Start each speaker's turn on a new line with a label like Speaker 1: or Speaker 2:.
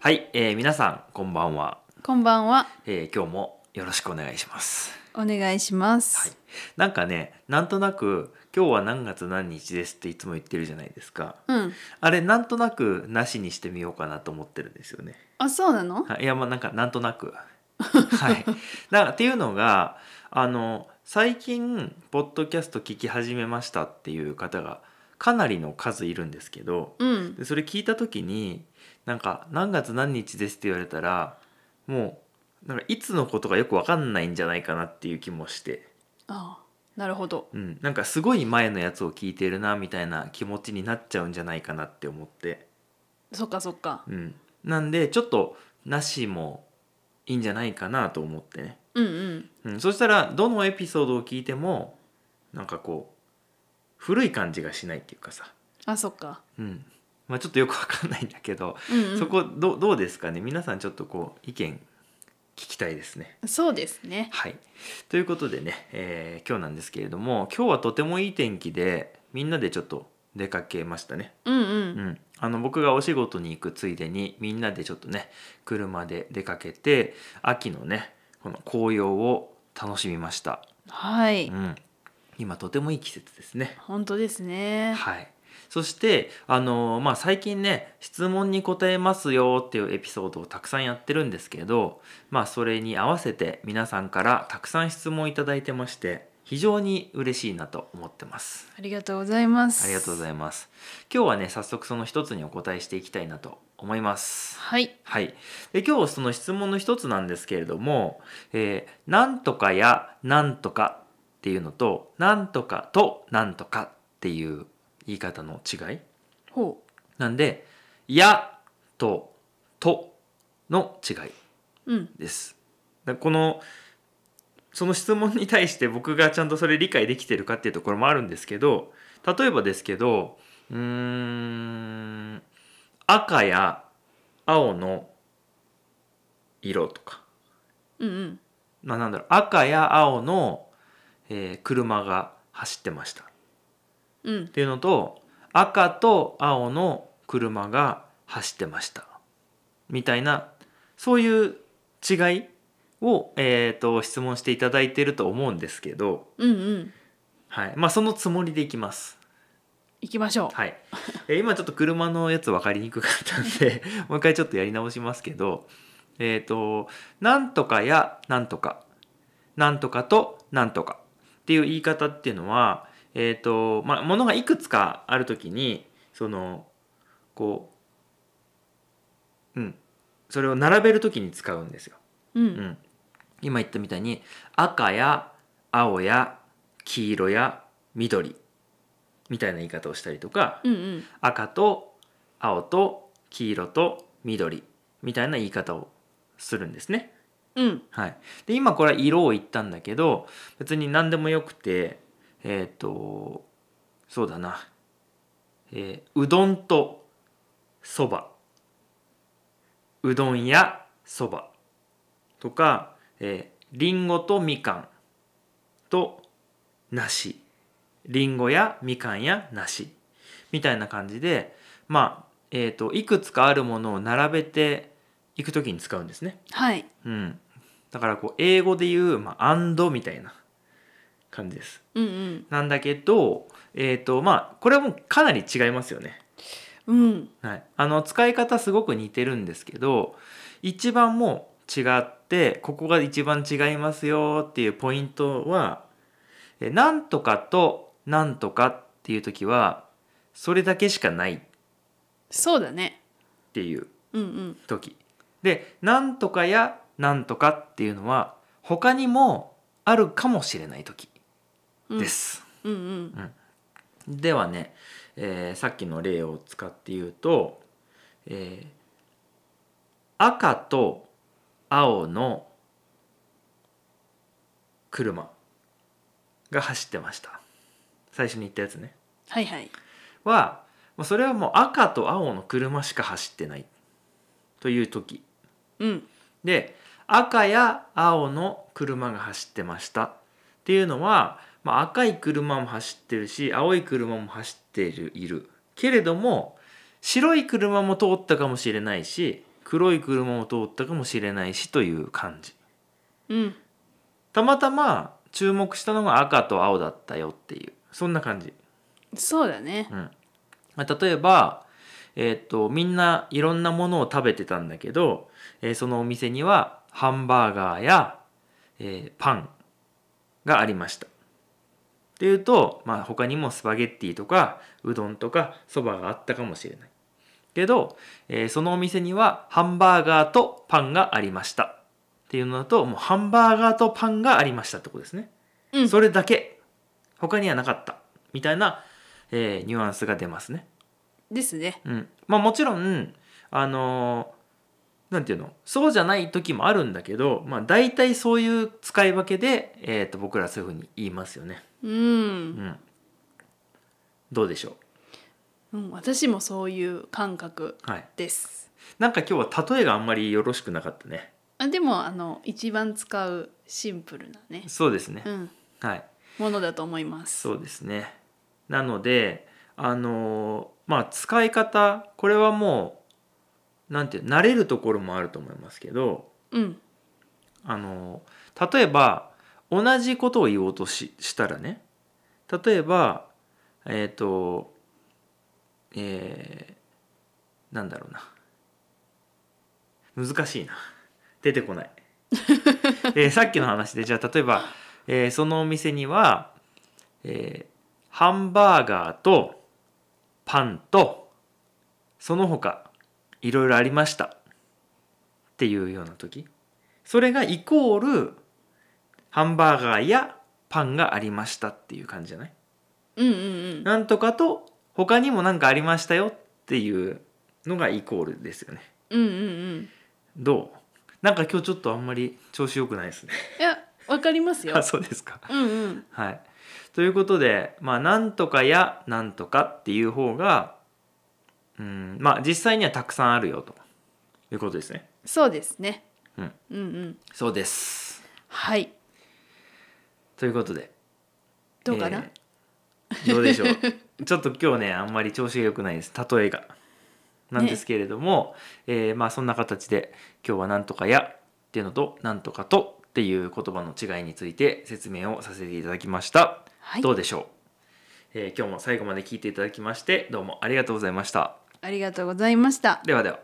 Speaker 1: はい、えー、皆さんこんばんは、
Speaker 2: こんばんは。
Speaker 1: えー今日もよろしくお願いします
Speaker 2: お願いします。
Speaker 1: はいなんかねなんとなく今日は何月何日ですっていつも言ってるじゃないですか
Speaker 2: うん。
Speaker 1: あれなんとなくなしにしてみようかなと思ってるんですよね
Speaker 2: あ、そうなの？
Speaker 1: はいいやまあなんかなんとなくはいなんかっていうのがあの最近ポッドキャスト聞き始めましたっていう方がかなりの数いるんですけど
Speaker 2: うん。
Speaker 1: でそれ聞いた時になんか何月何日ですって言われたらもうなんかいつのことかよく分かんないんじゃないかなっていう気もして、
Speaker 2: あ、なるほど。
Speaker 1: うん、なんかすごい前のやつを聞いてるなみたいな気持ちになっちゃうんじゃないかなって思って、
Speaker 2: そっかそっか。
Speaker 1: うん、なんでちょっとなしもいいんじゃないかなと思ってね、
Speaker 2: うんうん。
Speaker 1: うん、そしたらどのエピソードを聞いてもなんかこう古い感じがしないっていうかさ、
Speaker 2: あ、そっか。
Speaker 1: うんまあ、ちょっとよく分かんないんだけど
Speaker 2: うん、うん。
Speaker 1: そこどうどうですかね皆さんちょっとこう意見聞きたいですね。
Speaker 2: そうですね。
Speaker 1: はい、ということでね、えー今日なんですけれども今日はとてもいい天気でみんなでちょっと出かけましたね。
Speaker 2: うんう。
Speaker 1: うんん、あの僕がお仕事に行くついでにみんなでちょっとね車で出かけて秋のねこの紅葉を楽しみました。
Speaker 2: はい。
Speaker 1: うん、今とてもいい季節ですね。
Speaker 2: 本当ですね。
Speaker 1: はい、そして、あのーまあ、最近ね質問に答えますよっていうエピソードをたくさんやってるんですけど、まあ、それに合わせて皆さんからたくさん質問いただいてまして非常に嬉しいなと思ってます。
Speaker 2: ありがとうございます。
Speaker 1: ありがとうご
Speaker 2: い
Speaker 1: ざいます。今日はね早速その一つにお答えしていきたいなと思います。
Speaker 2: はい。
Speaker 1: はい、で今日その質問の一つなんですけれども「えーなんとか」や「なんとか」っていうのと「なんとか」と「なんとか」っていう言い方の違い
Speaker 2: ほ。
Speaker 1: なんで「や」と「と」の違いう
Speaker 2: うん。
Speaker 1: です。だこのその質問に対して僕がちゃんとそれ理解できてるかっていうところもあるんですけど例えばですけどうーん赤や青の色とか、
Speaker 2: うんうん。
Speaker 1: まあ、なんだろう赤や青の、えー車が走ってましたっ
Speaker 2: うん。
Speaker 1: ていうのと赤と青の車が走ってましたみたいなそういう違いを、えー、と質問していただいてると思うんですけど、
Speaker 2: うんうん。
Speaker 1: はいまあ、そのつもりでいきます。
Speaker 2: 行きましょう。
Speaker 1: はい、えー今ちょっと車のやつ分かりにくかったんで もう一回ちょっとやり直しますけどえっ、と「なんとか」や「なんとか」「なんとか」と「なんとか」っていう言い方っていうのはえっ、とまあものがいくつかあるときにそのこううんそれを並べるときに使うんですよ。
Speaker 2: うん。
Speaker 1: うん、今言ったみたいに赤や青や黄色や緑みたいな言い方をしたりとか
Speaker 2: うんうん。
Speaker 1: 赤と青と黄色と緑みたいな言い方をするんですね。
Speaker 2: うん。
Speaker 1: はい、で今これは色を言ったんだけど別に何でもよくてえっ、とそうだな、えーうどんとそばうどんやそばとか、えー、りんごとみかんと梨りんごやみかんや梨みたいな感じでまあえっ、といくつかあるものを並べていくときに使うんですね。
Speaker 2: はい。
Speaker 1: うん、だからこう英語で言う「まあ、and」みたいな感じです。
Speaker 2: うんうん。
Speaker 1: なんだけど、えーとまあ、これはもうかなり違いますよね。
Speaker 2: うん。
Speaker 1: はい、あの使い方すごく似てるんですけど一番もう違ってここが一番違いますよっていうポイントは「えなんとか」と「なんとか」っていう時はそれだけしかないっ
Speaker 2: そうだね。
Speaker 1: ていう
Speaker 2: うんうん。
Speaker 1: 時で「なんとか」や「なんとか」っていうのは他にもあるかもしれない時
Speaker 2: うん
Speaker 1: です、
Speaker 2: うんうん。
Speaker 1: ではね、えーさっきの例を使って言うと、えー赤と青の車が走ってました最初に言ったやつね
Speaker 2: はいはい。
Speaker 1: はもうそれはもう赤と青の車しか走ってないという時
Speaker 2: うん。
Speaker 1: で赤や青の車が走ってましたっていうのは、まあ、赤い車も走ってるし青い車も走っているいるけれども白い車も通ったかもしれないし黒い車も通ったかもしれないしという感じ
Speaker 2: うん
Speaker 1: たまたま注目したのが赤と青だったよっていうそんな感じ
Speaker 2: そうだね
Speaker 1: まあ例えば、えーっとみんないろんなものを食べてたんだけど、えーそのお店にはハンバーガーや、えーパンがありました。っていうと、まあ、他にもスパゲッティとかうどんとかそばがあったかもしれない。けど、えーそのお店にはハンバーガーとパンがありました。っていうのだともうハンバーガーとパンがありましたってことですね。
Speaker 2: うん
Speaker 1: それだけ他にはなかったみたいな、えーニュアンスが出ますね。
Speaker 2: ですね
Speaker 1: うん、まあもちろんあのーなんていうのそうじゃない時もあるんだけど、まあ、大体そういう使い分けで、えー、と僕らそういうふうに言いますよね。
Speaker 2: うん、
Speaker 1: うん、どうでしょ
Speaker 2: うん、私もそういう感覚
Speaker 1: う、はい、
Speaker 2: です
Speaker 1: なんか今日は例えがあんまりよろしくなかったね。
Speaker 2: あでもあの一番使うシンプルなね
Speaker 1: そうですね
Speaker 2: う。ん
Speaker 1: はい、
Speaker 2: ものだと思います
Speaker 1: そうですね。なのであのーまあ使い方これはもうなんていう慣れるところもあると思いますけど
Speaker 2: うん
Speaker 1: あの例えば同じことを言おうとししたらね例えばえっ、とえーなんだろうな難しいな出てこない、えーさっきの話でじゃあ例えば、えーそのお店には、えーハンバーガーとパンとその他いろいろありましたっていうような時それがイコールハンバーガーやパンがありましたっていう感じじゃない
Speaker 2: うんうん
Speaker 1: なんとかと他にも何かありましたよっていうのがイコールですよね
Speaker 2: うんうんうんうん
Speaker 1: どうなんか今日ちょっとあんまり調子良くないですね
Speaker 2: いやわかります よ
Speaker 1: あそうですか
Speaker 2: うんうん
Speaker 1: はいということでまあなんとかやなんとかっていう方がうんまあ実際にはたくさんあるよということですね
Speaker 2: そうですね、
Speaker 1: うん、
Speaker 2: うんうん
Speaker 1: そうです
Speaker 2: はい
Speaker 1: ということで
Speaker 2: どうかな、
Speaker 1: えーどうでしょう ちょっと今日ねあんまり調子が良くないです例えがなんですけれども、えーまあそんな形で今日は「なんとかや」っていうのと「なんとかと」っていう言葉の違いについて説明をさせていただきました、
Speaker 2: はい
Speaker 1: どうでしょう、えー今日も最後まで聞いていただきましてどうもありがとうございました
Speaker 2: ありがとうございました
Speaker 1: ではでは